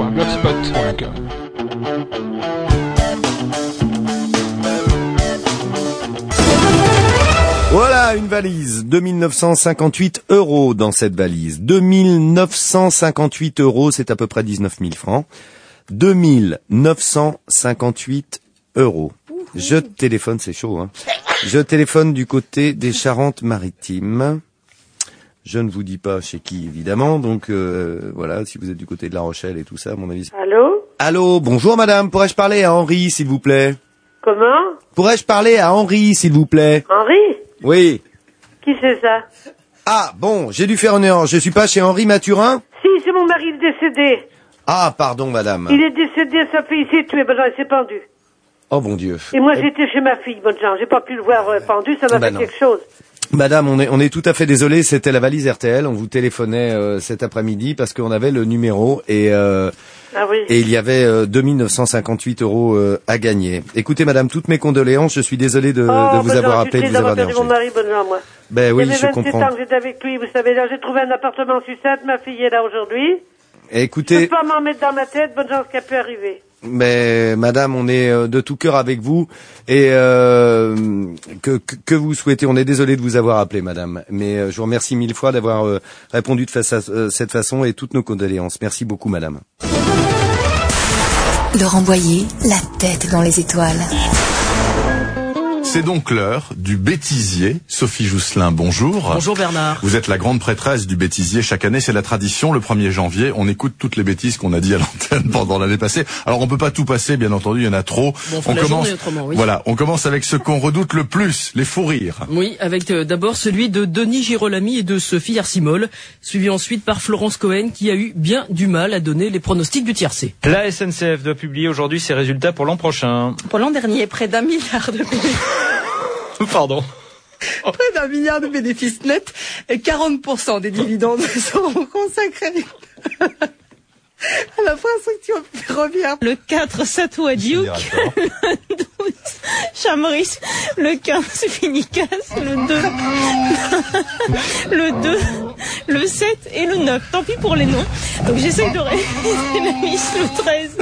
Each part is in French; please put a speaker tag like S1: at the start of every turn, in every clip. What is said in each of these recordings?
S1: Oncast.blogspot.com
S2: Voilà une valise, 2958 euros dans cette valise. 2958 euros, c'est à peu près 19 000 francs. 2958 euros. Je téléphone, c'est chaud. Hein. Je téléphone du côté des Charentes-Maritimes. Je ne vous dis pas chez qui, évidemment. Donc euh, voilà, si vous êtes du côté de La Rochelle et tout ça, à mon avis. c'est-
S3: Allô
S2: Allô, bonjour madame, pourrais-je parler à Henri, s'il vous plaît
S3: Comment
S2: Pourrais-je parler à Henri, s'il vous plaît
S3: Henri
S2: Oui.
S3: Qui c'est ça
S2: Ah bon, j'ai dû faire une erreur. Je suis pas chez Henri Mathurin.
S3: Si, c'est mon mari il est décédé.
S2: Ah pardon madame.
S3: Il est décédé, sa fille s'est tuée, maintenant elle s'est pendue.
S2: Oh bon Dieu.
S3: Et moi j'étais chez ma fille, bonne chance, j'ai pas pu le voir euh, pendu, ça m'a
S2: Ben
S3: fait
S2: non.
S3: quelque chose.
S2: Madame, on est on est tout à fait désolé, c'était la valise RTL, on vous téléphonait euh, cet après-midi parce qu'on avait le numéro et euh,
S3: Ah oui.
S2: et il y avait euh, 2958 euros euh, à gagner. Écoutez madame, toutes mes condoléances, je suis désolé
S3: Oh,
S2: de, de
S3: ben, bah,
S2: vous avoir appelé, de vous avoir
S3: perdu
S2: dérangé.
S3: mon mari, bonne chance, moi.
S2: Ben oui,
S3: bah, Il y avait
S2: je
S3: 27
S2: comprends.
S3: ans que j'étais avec lui, vous savez, là j'ai trouvé un appartement en Sucette, ma fille est là aujourd'hui. Je peux
S2: Écoutez,
S3: pas m'en mettre dans ma tête, bonne chance qu'elle peut arriver.
S2: mais madame, on est euh, de tout cœur avec vous et euh, que, que que vous souhaitez, on est désolé de vous avoir appelé madame, mais euh, je vous remercie mille fois d'avoir euh, répondu de face à, euh, cette façon et toutes nos condoléances. Merci beaucoup madame.
S4: Laurent Boyer, la tête dans les étoiles.
S5: C'est donc l'heure du bêtisier. Sophie Jousselin, bonjour.
S6: Bonjour Bernard.
S5: Vous êtes la grande prêtresse du bêtisier. Chaque année, c'est la tradition. Le 1er janvier, on écoute toutes les bêtises qu'on a dit à l'antenne pendant l'année passée. Alors, on peut pas tout passer, bien entendu, il y en a trop.
S6: Bon, on fera la journée autrement, oui.
S5: Voilà, on commence avec ce qu'on redoute le plus, les fous rires.
S6: Oui, avec euh, d'abord celui de Denis Girolami et de Sophie Arcimol, suivi ensuite par Florence Cohen qui a eu bien du mal à donner les pronostics du tiercé.
S7: La SNCF doit publier aujourd'hui ses résultats pour l'an prochain.
S8: Pour l'an dernier, près d'un milliard de bénéfices,
S7: Pardon.
S6: Oh.
S8: près d'un milliard de bénéfices nets et 40% des dividendes seront consacrés à l'infrastructure ferroviaire.
S9: le 4 Sato Adiouk, Chamoris, le 15 Finicas, le 2, le 2, le 7 et le 9. Tant pis pour les noms. Donc j'essaye de réviser la liste, le 13,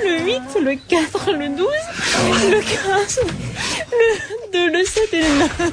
S9: le 8, le 4, le 12, le 15, le 2, le 7 et le 9.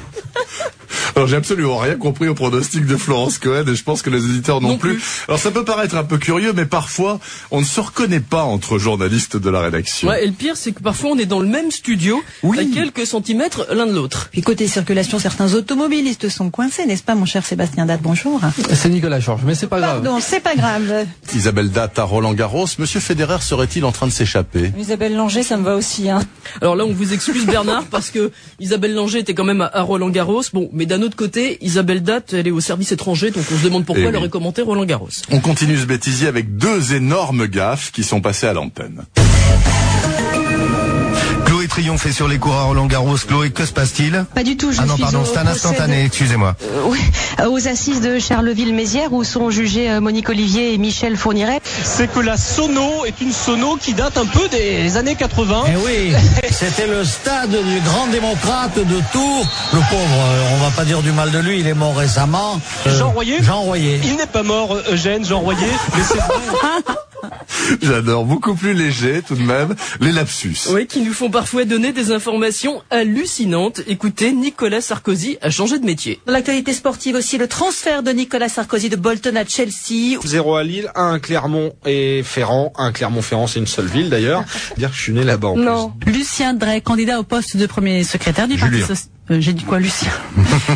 S5: Alors, j'ai absolument rien compris au pronostic de Florence Cohen et je pense que les éditeurs non,
S6: Non
S5: plus.
S6: plus.
S5: Alors, ça peut paraître un peu curieux, mais parfois, on ne se reconnaît pas entre journalistes de la rédaction.
S6: Ouais, et le pire c'est que parfois on est dans le même studio, à quelques centimètres l'un de l'autre.
S9: Puis côté circulation, certains automobilistes sont coincés, n'est-ce pas mon cher Sébastien Date Bonjour.
S10: C'est Nicolas Georges, mais c'est pas grave.
S9: Pardon, c'est pas grave.
S5: Isabelle Date à Roland Garros, Monsieur Federer serait-il en train de s'échapper
S9: Isabelle Langer, ça me va aussi. Hein.
S6: Alors là on vous excuse Bernard parce que Isabelle Langer était quand même à- à Roland Garros, bon mais d'un autre côté Isabelle Date elle est au service étranger donc on se demande pourquoi
S5: Eh
S6: elle
S5: oui.
S6: aurait commenté Roland Garros.
S5: On continue ce bêtisier avec deux énormes gaffes qui sont passées à l'antenne.
S2: Chloé triomphait sur les cours à Roland Garros. Chloé, que se passe-t-il
S9: Pas du tout, je
S2: Ah non,
S9: suis
S2: pardon,
S9: au
S2: c'est un
S9: procès
S2: instantané, excusez-moi.
S9: de- euh, ouais, euh, aux assises de Charleville-Mézières où sont jugés euh, Monique Olivier et Michel Fourniret.
S6: C'est que la sono est une sono qui date un peu des années 80.
S10: Eh oui, c'était le stade du grand démocrate de Tours. Le pauvre, euh, on va pas dire du mal de lui, il est mort récemment. Euh,
S6: Jean Royer
S10: Jean Royer.
S6: Il n'est pas mort, Eugène, Jean Royer, mais c'est
S5: J'adore, beaucoup plus léger tout de même, les lapsus.
S6: Oui, qui nous font parfois donner des informations hallucinantes. Écoutez, Nicolas Sarkozy a changé de métier.
S9: Dans l'actualité sportive aussi, le transfert de Nicolas Sarkozy de Bolton à Chelsea.
S7: 0 à Lille, 1 à Clermont et Ferrand. 1 Clermont-Ferrand, c'est une seule ville d'ailleurs. Dire que je suis né là-bas en
S8: Non.
S9: Lucien Drey, candidat au poste de premier secrétaire du
S5: Julien.
S9: Parti Socialiste. J'ai dit quoi, Lucien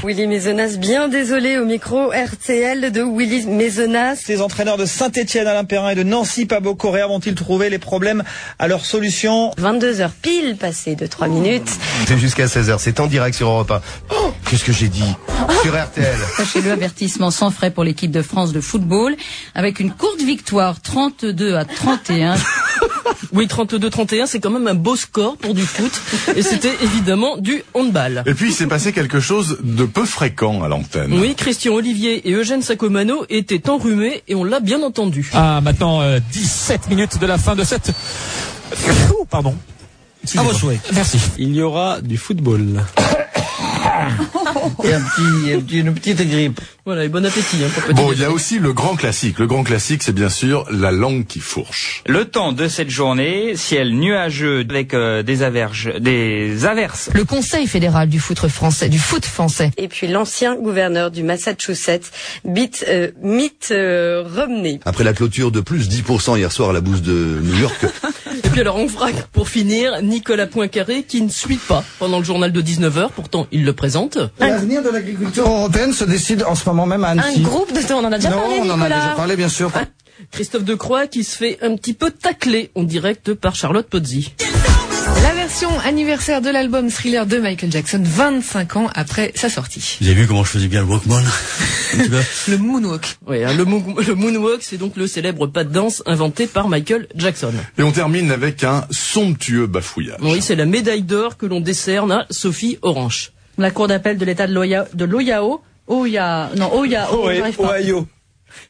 S8: Willy Mézenas, bien désolé au micro RTL de Willy Mézenas.
S7: Les entraîneurs de Saint-Etienne, Alain Perrin et de Nancy Pabot Correa vont-ils trouver les problèmes à leur solution
S8: 22h pile passé de 3 minutes.
S2: C'est jusqu'à 16h, c'est en direct sur Europe 1. Qu'est-ce que j'ai dit Sur RTL.
S9: Sachez-le, avertissement sans frais pour l'équipe de France de football, avec une courte victoire, 32 à 31.
S6: Oui, 32-31, c'est quand même un beau score pour du foot. Et c'était évidemment du handball.
S5: Et puis il s'est passé quelque chose de peu fréquent à l'antenne.
S6: Oui, Christian Olivier et Eugène Sacomano étaient enrhumés et on l'a bien entendu.
S10: Ah, maintenant 17 minutes de la fin de cette. Pardon. À vos souhaits. Merci.
S7: Il y aura du football.
S11: et un petit, et un petit- une petite grippe.
S12: Voilà, et bon appétit. hein, pour petit
S5: Bon, il y
S12: déjeuner.
S5: a aussi le grand classique. Le grand classique, c'est bien sûr la langue qui fourche.
S13: Le temps de cette journée, ciel nuageux avec euh, des, averges, des averses.
S14: Le Conseil fédéral du foot français, du foot français.
S15: Et puis l'ancien gouverneur du Massachusetts, Mitt, euh, Mitt euh, Romney.
S16: Après la clôture de plus 10% hier soir à la bourse de New York,
S12: Et puis alors on frappe pour finir Nicolas Poincaré qui ne suit pas pendant le journal de 19h, pourtant il le présente.
S17: L'avenir de l'agriculture européenne se décide en ce moment
S2: Ah,
S17: même à Annecy.
S12: Un groupe de- on en a déjà
S17: non,
S12: parlé,
S17: on en a
S12: Nicolas.
S17: déjà parlé, bien sûr.
S12: Christophe Decroix qui se fait un petit peu tacler en direct par Charlotte Pozzi.
S14: La version anniversaire de l'album Thriller de Michael Jackson, 25 ans après sa sortie.
S11: Vous avez vu comment je faisais bien le Walkman
S12: Le moonwalk. Oui, hein, le, moon- le moonwalk c'est donc le célèbre pas de danse inventé par Michael Jackson.
S5: Et on termine avec un somptueux bafouillage.
S12: Oui, c'est la médaille d'or que l'on décerne à Sophie Orange.
S6: La cour d'appel de l'État de l'Oya- de l'Oyao, Oya, non Oya, j'arrive pas.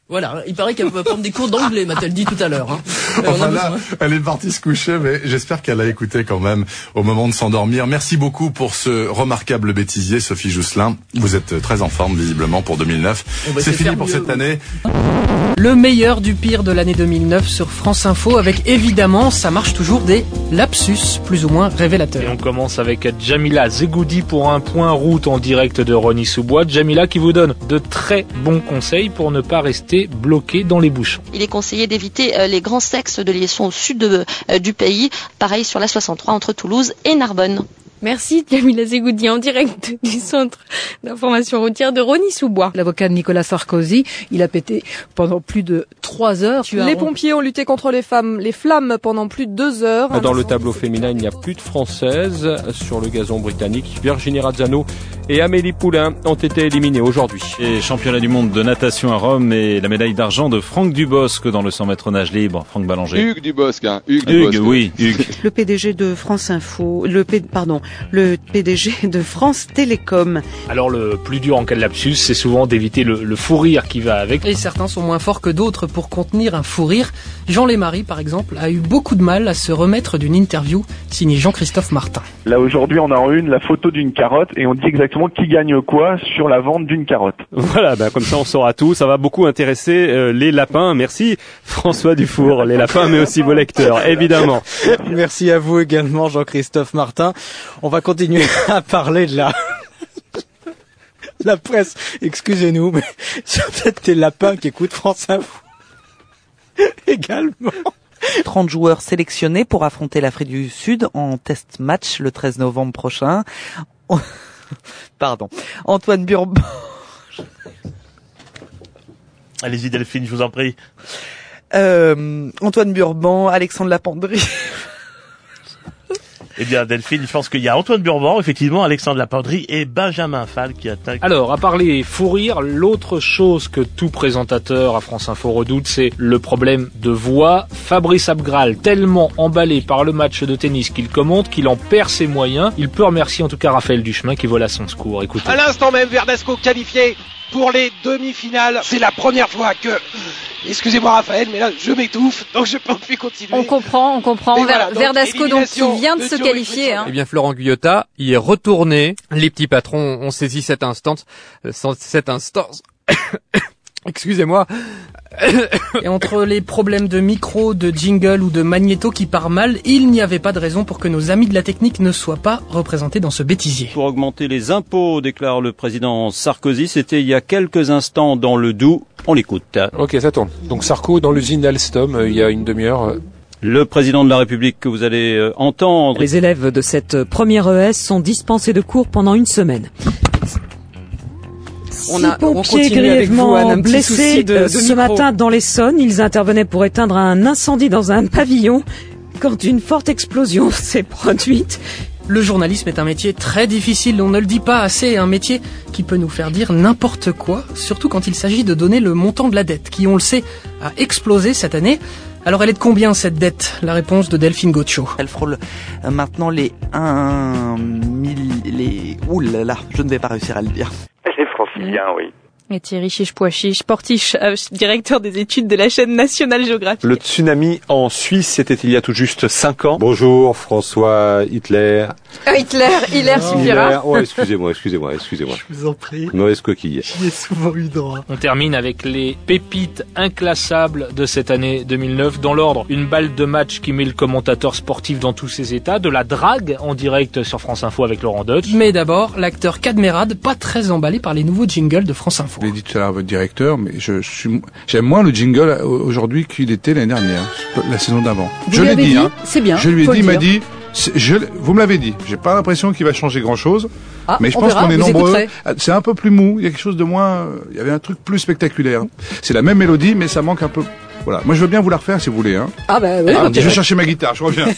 S12: Voilà, hein, il paraît qu'elle va prendre des cours d'anglais, m'a-t-elle dit tout à l'heure. hein. Euh, on a
S5: Enfin
S12: besoin.
S5: là, elle est partie se coucher, mais j'espère qu'elle a écouté quand même au moment de s'endormir. Merci beaucoup pour ce remarquable bêtisier, Sophie Jousselin. Vous êtes très en forme, visiblement, pour 2009.
S6: On va
S5: C'est
S6: essayer de
S5: fini
S6: faire
S5: pour
S6: mieux,
S5: cette
S6: oui.
S5: année.
S6: Le meilleur du pire de l'année 2009 sur France Info avec évidemment, ça marche toujours, des lapsus plus ou moins révélateurs.
S18: Et on commence avec Jamila Zegoudi pour un point route en direct de Ronnie Sous-Bois. Jamila qui vous donne de très bons conseils pour ne pas rester bloqué dans les bouchons.
S19: Il est conseillé d'éviter euh, les grands sexes de liaison au sud de- euh, du pays, pareil sur la 63 entre Toulouse et Narbonne.
S20: Merci Jamila Zegoudi en direct du centre d'information routière de Rony-sous-Bois.
S21: L'avocat de Nicolas Sarkozy, il a pété pendant plus de trois heures.
S22: Les pompiers ont lutté contre les femmes, les flammes pendant plus de deux heures.
S18: Dans le tableau féminin, il n'y a plus de Françaises. Sur le gazon britannique, Virginie Razzano et Amélie Poulain ont été éliminées aujourd'hui.
S23: Et championnat du monde de natation à Rome et la médaille d'argent de Franck Dubosc dans le 100 mètres nage libre. Franck Ballanger.
S24: Hugues Dubosc, hein. Hugues
S23: Hugues,
S24: Dubosc.
S23: oui, Hugues.
S25: Le PDG de France Info, le P- pardon, le PDG de France Télécom.
S18: Alors le plus dur en cas de lapsus, c'est souvent d'éviter le, le fou rire qui va avec.
S6: Et certains sont moins forts que d'autres pour contenir un fou rire. Jean Lémarie, par exemple, a eu beaucoup de mal à se remettre d'une interview signée Jean-Christophe Martin.
S26: Là aujourd'hui, on a en une la photo d'une carotte et on dit exactement qui gagne quoi sur la vente d'une carotte.
S2: Voilà, bah, comme ça on saura tout. Ça va beaucoup intéresser euh, les lapins. Merci François Dufour, les lapins, mais aussi vos lecteurs, évidemment.
S17: Merci à vous également, Jean-Christophe Martin. On va continuer à parler de la, la presse. Excusez-nous, mais sur peut-être les lapins qui écoutent France Info. Également.
S9: 30 joueurs sélectionnés pour affronter l'Afrique du Sud en test match le 13 novembre prochain. Pardon. Antoine Burban.
S27: Allez-y Delphine, je vous en prie.
S9: Euh, Antoine Burban, Alexandre Lapendrie.
S27: Eh bien Delphine, je pense qu'il y a Antoine Burban, effectivement, Alexandre Lapendrie et Benjamin Fall qui attaquent.
S18: Alors, à part les fous rires, l'autre chose que tout présentateur à France Info redoute, c'est le problème de voix. Fabrice Abgral, tellement emballé par le match de tennis qu'il commente, qu'il en perd ses moyens. Il peut remercier en tout cas Raphaël Duchemin qui vole à son secours. Écoutez.
S28: À l'instant même, Verdasco qualifié pour les demi-finales. C'est la première fois que, excusez-moi Raphaël, mais là je m'étouffe, donc je peux plus continuer.
S20: On comprend, on comprend.
S28: Et
S20: Ver-
S28: voilà, donc,
S20: Verdasco donc qui
S28: élimination
S20: vient de
S28: de
S20: se
S28: Thio
S20: qualifier. hein.
S7: Eh bien, Florent Guyota y est retourné. Les petits patrons ont saisi cette instance, euh, sans- cette instance. Excusez-moi.
S6: Et entre les problèmes de micro, de jingle ou de magnéto qui part mal, il n'y avait pas de raison pour que nos amis de la technique ne soient pas représentés dans ce bêtisier.
S7: Pour augmenter les impôts, déclare le président Sarkozy. C'était il y a quelques instants dans le Doubs. On l'écoute.
S29: Ok, ça tourne. Donc Sarko dans l'usine Alstom, euh, il y a une demi-heure. euh,
S7: Le président de la République que vous allez euh, entendre.
S3: Les élèves de cette première ES sont dispensés de cours pendant une semaine.
S7: On
S3: Six
S7: a- on
S3: pompiers
S7: continue avec vous,
S3: grièvement
S7: Anne, un petit
S3: blessés
S7: souci de-
S3: euh,
S7: de
S3: ce
S7: micro.
S3: matin dans l'Essonne. Ils intervenaient pour éteindre un incendie dans un pavillon quand une forte explosion s'est produite.
S6: Le journalisme est un métier très difficile, on ne le dit pas assez, un métier qui peut nous faire dire n'importe quoi, surtout quand il s'agit de donner le montant de la dette, qui, on le sait, a explosé cette année. Alors elle est de combien cette dette La réponse de Delphine Gaucho.
S9: Elle frôle Euh, maintenant les 1 000, les... Ouh là là, je ne vais pas réussir à le dire.
S3: Les franciliens, oui.
S14: Et Thierry Chiche-Poichy, sportif, euh, directeur des études de la chaîne nationale géographique.
S30: Le tsunami en Suisse, c'était il y a tout juste 5 ans.
S31: Bonjour, François Hitler.
S14: Oh, Hitler, Hitler
S31: Hitler. Oh, excusez-moi, excusez-moi, excusez-moi.
S32: Je vous en prie.
S31: Mauvaise coquille.
S32: J'y ai souvent eu droit. On termine avec les pépites inclassables de cette année 2009. Dans l'ordre, une balle de match qui met le commentateur sportif dans tous ses états, de la drague en direct sur France Info avec Laurent Deutsch.
S6: Mais d'abord, l'acteur Cadmerade, pas très emballé par les nouveaux jingles de France Info.
S7: Je l'ai dit tout à l'heure à votre directeur, mais je, je suis, j'aime moins le jingle aujourd'hui qu'il était l'année dernière, la saison d'avant.
S33: Vous
S7: Je
S33: lui
S7: l'ai
S33: avez
S7: dit,
S33: dit,
S7: hein.
S33: c'est bien,
S7: Je lui ai
S33: faut
S7: dit,
S33: le
S7: il m'a
S33: dire.
S7: dit, c'est- je, vous me l'avez dit. J'ai pas l'impression qu'il va changer grand chose.
S33: Ah,
S7: mais je
S33: on
S7: pense
S33: verra,
S7: qu'on est
S33: vous
S7: nombreux.
S33: écouterez.
S7: Ah, C'est un peu plus mou. Il y a quelque chose de moins, euh, il y avait un truc plus spectaculaire. C'est la même mélodie, mais ça manque un peu. Voilà. Moi, je veux bien vous la refaire si vous voulez, hein.
S33: Ah bah oui.
S7: Ah, je vais chercher ma guitare, je reviens.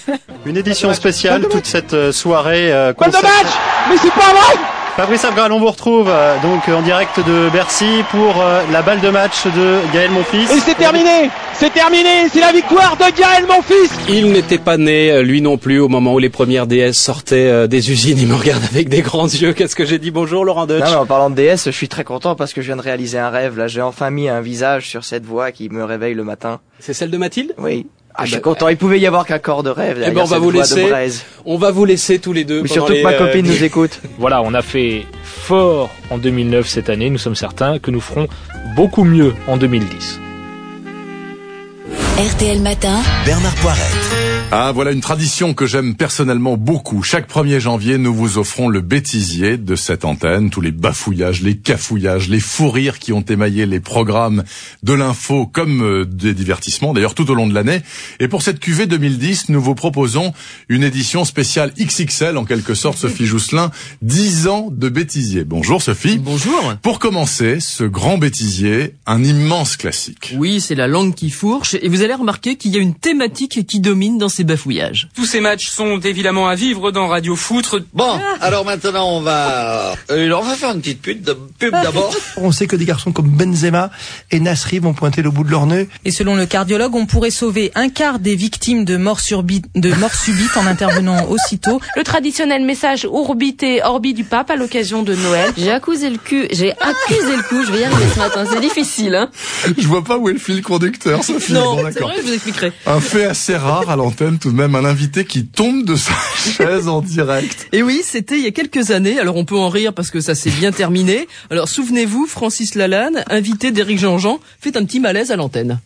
S7: Une édition spéciale toute cette euh, soirée. Euh, Balle de consacrée-
S18: Mais c'est pas vrai
S7: Fabrice Abgral, on vous retrouve euh, donc euh, en direct de Bercy pour euh, la balle de match de Gaël Monfils.
S18: Et c'est terminé C'est terminé C'est la victoire de Gaël Monfils
S34: Il n'était pas né, euh, lui non plus, au moment où les premières DS sortaient euh, des usines. Il me regarde avec des grands yeux. Qu'est-ce que j'ai dit Bonjour Laurent Deutsch.
S6: Ah,
S2: Non, mais en parlant de DS, je suis très content parce que je viens de réaliser un rêve. Là, j'ai enfin mis un visage sur cette voix qui me réveille le matin.
S34: C'est celle de Mathilde
S2: Oui. Ah,
S34: Eh
S2: je suis
S34: ben,
S2: content. Il pouvait y avoir qu'un corps de rêve.
S34: Eh
S2: derrière
S34: ben, on va
S2: cette
S34: vous
S2: voix de
S34: laisser.
S2: braise.
S34: On va vous laisser tous les deux.
S2: Oui,
S34: pendant
S2: surtout que
S34: les,
S2: ma copine nous
S34: écoute.
S32: Voilà, on a fait fort en 2009 cette année. Nous sommes certains que nous ferons beaucoup mieux en 2010.
S35: RTL Matin.
S5: Bernard Poiret.
S7: Ah,
S5: voilà une tradition que j'aime personnellement beaucoup. Chaque 1er janvier, nous vous offrons le bêtisier de cette antenne, tous les bafouillages, les cafouillages, les fous rires qui ont émaillé les programmes de l'info comme euh, des divertissements, d'ailleurs tout au long de l'année. Et pour cette QV 2010, nous vous proposons une édition spéciale XXL, en quelque sorte, Sophie Jousselin, 10 ans de bêtisier. Bonjour Sophie.
S6: Bonjour.
S5: Pour commencer, ce grand bêtisier, un immense classique.
S6: Oui, c'est la langue qui fourche, et vous allez remarquer qu'il y a une thématique qui domine dans ces bafouillages.
S36: Tous ces matchs sont évidemment à vivre dans Radio Foutre.
S35: Bon, alors maintenant on va, euh, on va faire une petite pute de pub d'abord.
S37: On sait que des garçons comme Benzema et Nasri vont pointer le bout de leur nez.
S38: Et selon le cardiologue, on pourrait sauver un quart des victimes de morts, surbi- de morts subites en intervenant aussitôt.
S39: Le traditionnel message orbité, orbi du pape à l'occasion de Noël. J'ai accusé le cul, j'ai accusé le cul, je vais y arriver ce matin, c'est difficile, hein.
S5: Je vois pas où est le fil conducteur, Sophie.
S6: Non,
S5: Bon,
S6: c'est
S5: d'accord.
S6: vrai, je vous expliquerai.
S5: Un fait assez rare à l'antenne, tout de même, un invité qui tombe de sa chaise en direct.
S6: Et oui, c'était il y a quelques années. Alors on peut en rire parce que ça s'est bien terminé. Alors souvenez-vous, Francis Lalanne, invité d'Éric Jean-Jean, fait un petit malaise à l'antenne.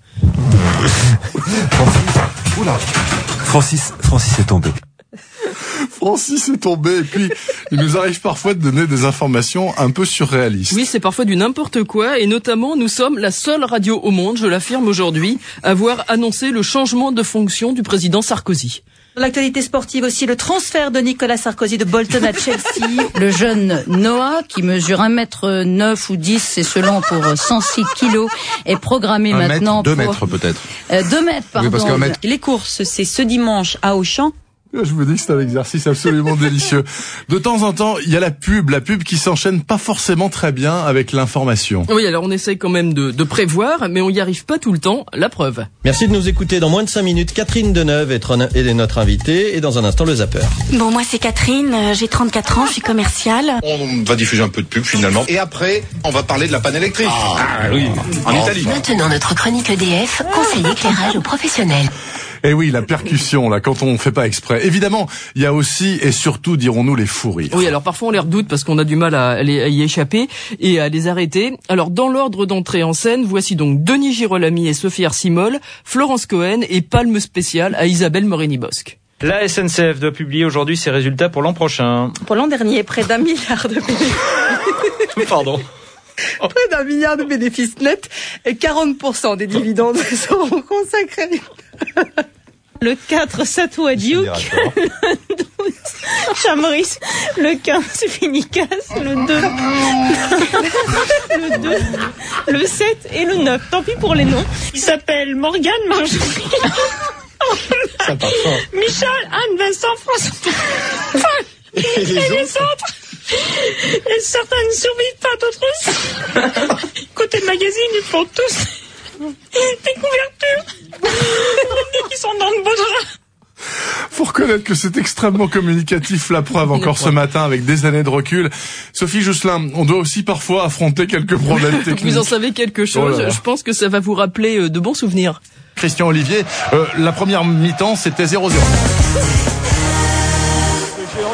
S40: Francis, Francis est tombé.
S5: Francis est tombé et puis il nous arrive parfois de donner des informations un peu surréalistes.
S6: Oui, c'est parfois du n'importe quoi et notamment nous sommes la seule radio au monde, je l'affirme aujourd'hui, à avoir annoncé le changement de fonction du président Sarkozy.
S41: Dans L'actualité sportive aussi, le transfert de Nicolas Sarkozy de Bolton à Chelsea.
S9: Le jeune Noah, qui mesure 1m9 ou 10, c'est selon pour euh, 106 kilos, est programmé
S42: Un
S9: maintenant
S42: mètre, deux mètres
S9: pour...
S42: peut-être.
S9: 2 mètres, pardon.
S42: Oui, parce qu'un mètre-
S9: Les courses, c'est ce dimanche à Auchan.
S5: Ah, Je vous dis que c'est un exercice absolument délicieux. De temps en temps, il y a la pub, la pub qui s'enchaîne pas forcément très bien avec l'information.
S6: Oui, alors on essaye quand même de, de prévoir, mais on n'y arrive pas tout le temps. La preuve.
S35: Merci de nous écouter. Dans moins de 5 minutes, Catherine Deneuve est tron- est notre invitée et dans un instant, le zapper.
S43: Bon, moi c'est Catherine, euh, j'ai 34 ans, je suis commerciale.
S35: On va diffuser un peu de pub finalement.
S40: Et après, on va parler de la panne électrique. Ah, oui, en Italie.
S43: Maintenant notre chronique EDF, conseil éclairage aux professionnels.
S5: Et Eh oui, la percussion, là, quand on fait pas exprès. Évidemment, il y a aussi et surtout, dirons-nous, les fous rires.
S6: Oui, alors parfois on les redoute parce qu'on a du mal à, les- à y échapper et à les arrêter. Alors dans l'ordre d'entrée en scène, voici donc Denis Girolami et Sophie Arcimol, Florence Cohen et palme spéciale à Isabelle Morini-Bosque.
S44: La SNCF doit publier aujourd'hui ses résultats pour l'an prochain.
S9: Pour l'an dernier, près d'un milliard de
S44: Pardon.
S9: Près d'un milliard de bénéfices nets et 40% des dividendes seront consacrés. Le 4, Sato Adiouk. Chamris. Le 15, Finicas. Le 2. Le 2. Le 7 et le 9. Tant pis pour les noms. Il s'appelle Morgane Marjorie.
S43: Michel, Anne, Vincent, François. Et les autres Et certains ne survivent pas, d'autres aussi. Côté magazine, ils font tous des couvertures. Ils sont dans le beau drap.
S5: Faut reconnaître reconnaître que c'est extrêmement communicatif, la preuve encore ce matin avec des années de recul. Sophie Jousselin, on doit aussi parfois affronter quelques problèmes techniques.
S6: Vous en savez quelque chose,
S5: Oh là là.
S6: je pense que ça va vous rappeler euh, de bons souvenirs.
S5: Christian Olivier, euh, la première mi-temps, c'était 0-0.
S1: Géant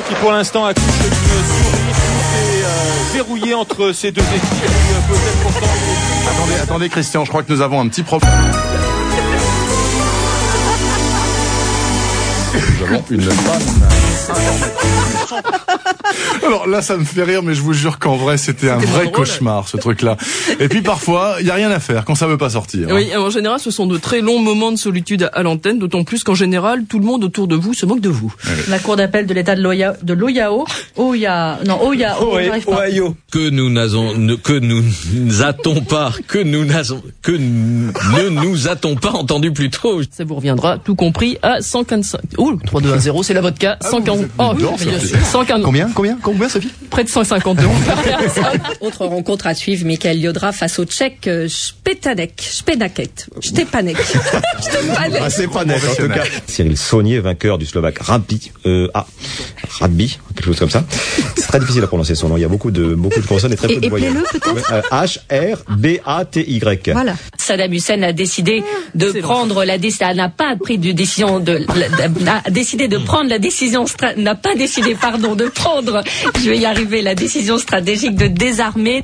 S1: qui pour l'instant accouche d'une souris et euh, verrouillée entre ces deux équipes. Et, euh, peut-être pourtant-
S5: Attendez, attendez Christian, je crois que nous avons un petit problème. Nous avons une Alors là, ça me fait rire, mais je vous jure qu'en vrai, c'était un vrai cauchemar, ce truc-là. Et puis parfois, il y a rien à faire quand ça veut pas sortir. hein.
S2: Hein.
S6: Oui, en général, ce sont de très longs moments de solitude à- à l'antenne, d'autant plus qu'en général, tout le monde autour de vous se moque de vous.
S45: La cour d'appel de l'État de l'Oya- de l'Oyao, Oya, non Oya, j'arrive pas.
S2: Que nous n'asons, ne- que nous n'attons pas, que nous n'asons, que n- ne nous a-t-on pas entendu plus tôt.
S6: Ça vous reviendra, tout compris, à 145. Oh, 3, 2, 1, 0, c'est la vodka.
S2: Ah
S6: 140. Oh, bien sûr. 140.
S10: Combien, combien, combien, Sophie
S6: Près de 150 euros par personne.
S14: Autre rencontre à suivre, Michael Liodra face au Tchèque euh, Spetanek, Spedaket, Stepanek. Stepanek.
S9: Ah, c'est pas net, en tout cas.
S10: Cyril Saunier, vainqueur du Slovaque Rabbi, euh, ah, Rabbi, quelque chose comme ça. C'est très difficile à prononcer son nom. Il y a beaucoup de, beaucoup de consonnes et très
S14: Et-
S10: peu de
S14: et
S10: voyelles.
S14: plais-le, peut-être
S10: Ouais, euh, H-R-B-A-T-Y.
S14: Saddam Hussein a décidé de prendre la décision, n'a pas pris de décision de, la- de- a décidé de prendre la décision, stra- n'a pas décidé, pardon, de prendre, je vais y arriver, la décision stratégique de désarmer.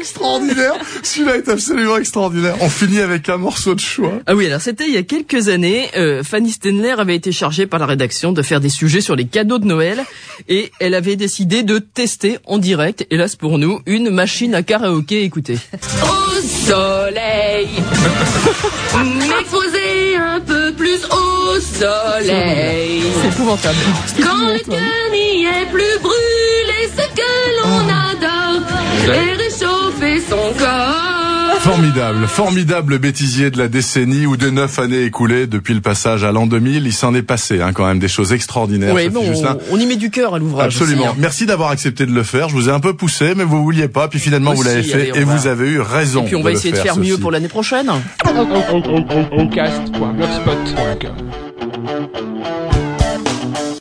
S5: Extraordinaire. Celui-là est absolument extraordinaire. On finit avec un morceau de choix.
S6: Ah oui, alors c'était il y a quelques années. euh, Fanny Stenler avait été chargée par la rédaction de faire des sujets sur les cadeaux de Noël et elle avait décidé de tester en direct, hélas pour nous, une machine à karaoké. Écoutez.
S14: Au soleil, m'exposer un peu plus au soleil.
S6: C'est épouvantable.
S14: Quand le cœur n'y est plus brûlé, ce que l'on adore et réchauffer son corps.
S5: Formidable, formidable bêtisier de la décennie ou des neuf années écoulées depuis le passage à l'an 2000. Il s'en est passé hein, quand même des choses extraordinaires.
S6: Oui,
S5: Sophie
S6: bon,
S5: Jousselin.
S6: on, on y met du cœur à l'ouvrage.
S5: Absolument.
S6: aussi, hein.
S5: Merci d'avoir accepté de le faire. Je vous ai un peu poussé, mais vous vouliez pas. Puis finalement, vous
S6: Aussi,
S5: l'avez fait
S6: allez, on
S5: et
S6: va-
S5: vous avez eu raison.
S6: Et puis on va essayer de faire mieux pour l'année prochaine.